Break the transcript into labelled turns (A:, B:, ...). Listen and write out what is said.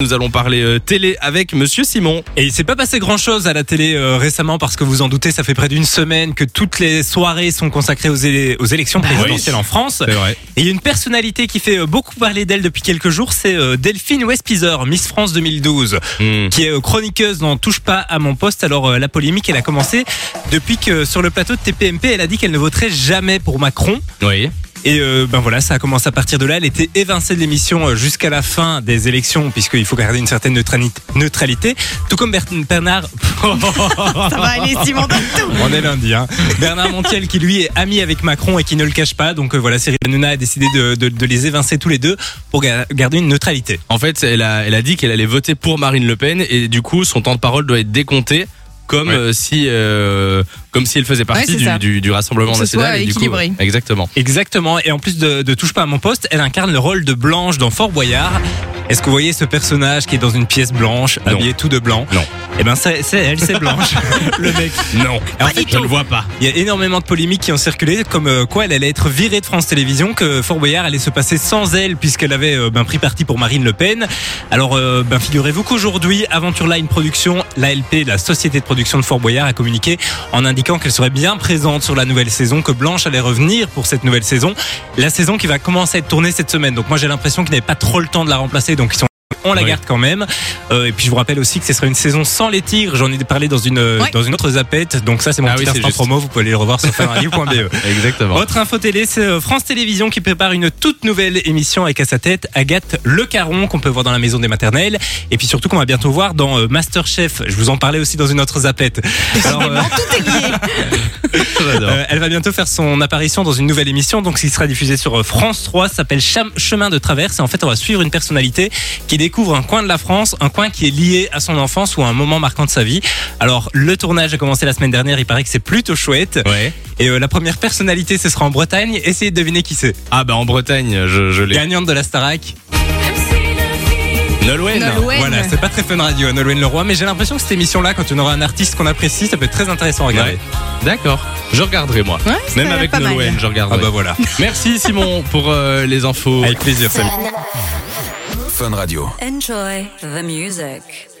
A: Nous allons parler euh, télé avec Monsieur Simon.
B: Et il s'est pas passé grand chose à la télé euh, récemment parce que vous en doutez, ça fait près d'une semaine que toutes les soirées sont consacrées aux, éle- aux élections présidentielles en France.
A: C'est vrai.
B: Et il y a une personnalité qui fait euh, beaucoup parler d'elle depuis quelques jours, c'est euh, Delphine Westpizer, Miss France 2012,
A: Hmm.
B: qui est euh, chroniqueuse dans Touche pas à mon poste. Alors euh, la polémique, elle a commencé depuis que sur le plateau de TPMP, elle a dit qu'elle ne voterait jamais pour Macron.
A: Oui.
B: Et euh, ben voilà, ça a commencé à partir de là. Elle était évincée de l'émission euh, jusqu'à la fin des élections, puisqu'il faut garder une certaine neutrani- neutralité. Tout comme Bert- Bernard.
C: Ça va aller, Ah bah, Simon, donne tout.
B: On est lundi, hein. Bernard Montiel, qui lui est ami avec Macron et qui ne le cache pas. Donc euh, voilà, Cyril Hanouna a décidé de, de- de les évincer tous les deux pour ga- garder une neutralité.
A: En fait, elle a, elle a dit qu'elle allait voter pour Marine Le Pen et du coup, son temps de parole doit être décompté comme
B: Ouais.
A: euh, si, euh, comme si elle faisait partie
C: c'est
A: du,
C: ça.
A: du- du Rassemblement
C: Que ce
A: National.
C: soit
A: et du coup,
C: équilibré.
A: exactement.
B: Exactement. Et en plus de, de Touche pas à mon poste, elle incarne le rôle de Blanche dans Fort Boyard. Est-ce que vous voyez ce personnage qui est dans une pièce blanche,
A: Non.
B: habillé tout de blanc
A: Non.
B: Eh ben, c'est c'est elle, c'est Blanche. le mec.
A: Non.
B: Et en fait,
A: je ne vois pas.
B: Il y a énormément de polémiques qui ont circulé, comme euh, quoi elle allait être virée de France Télévisions, que Fort Boyard allait se passer sans elle puisqu'elle avait euh, ben, pris parti pour Marine Le Pen. Alors, euh, ben, figurez-vous qu'aujourd'hui, Aventure Line Production, l'ALP, la société de production de Fort Boyard, a communiqué en indiquant qu'elle serait bien présente sur la nouvelle saison, que Blanche allait revenir pour cette nouvelle saison, la saison qui va commencer à être tournée cette semaine. Donc moi, j'ai l'impression qu'ils n'avaient pas trop le temps de la remplacer, donc ils sont on la
A: Oui.
B: garde quand même. Euh, et puis je vous rappelle aussi que ce serait une saison sans les tigres. J'en ai parlé dans une euh,
C: Ouais.
B: dans une autre zapette. Donc ça c'est mon
A: Ah
B: petit
A: oui, c'est
B: instant
A: juste.
B: promo. Vous pouvez aller le revoir sur fanradio.be.
A: Exactement.
B: Autre info télé, c'est euh, France Télévisions qui prépare une toute nouvelle émission avec à sa tête Agathe Le Caron qu'on peut voir dans la maison des maternelles et puis surtout qu'on va bientôt voir dans euh, Masterchef. Je vous en parlais aussi dans une autre zapette. Alors, euh,
A: J'adore.
B: euh, elle va bientôt faire son apparition dans une nouvelle émission, donc qui sera diffusée sur euh, France 3, ça s'appelle Cham- Chemin de traverse. Et en fait, on va suivre une personnalité qui découvre un coin de la France, un coin qui est lié à son enfance ou à un moment marquant de sa vie. Alors, le tournage a commencé la semaine dernière, il paraît que c'est plutôt chouette.
A: Ouais.
B: Et euh, la première personnalité, ce sera en Bretagne. Essayez de deviner qui c'est.
A: Ah bah en Bretagne, je, je l'ai.
B: Gagnante de la Starac.
A: Nolwenn.
C: Nolwenn. Gwen.
B: Voilà, c'est pas très fun radio, hein, Nolwenn Leroy, mais j'ai l'impression que cette émission-là, quand on aura un artiste qu'on apprécie, ça peut être très intéressant à regarder.
A: Ouais. D'accord. Je regarderai moi.
C: Ouais, ça a
A: Même
C: l'air
A: avec
C: pas mal.
A: Nolwenn, je regarderai.
B: Ah bah voilà.
A: Merci Simon pour euh, les infos.
B: Avec plaisir, salut.
D: Enjoy the music.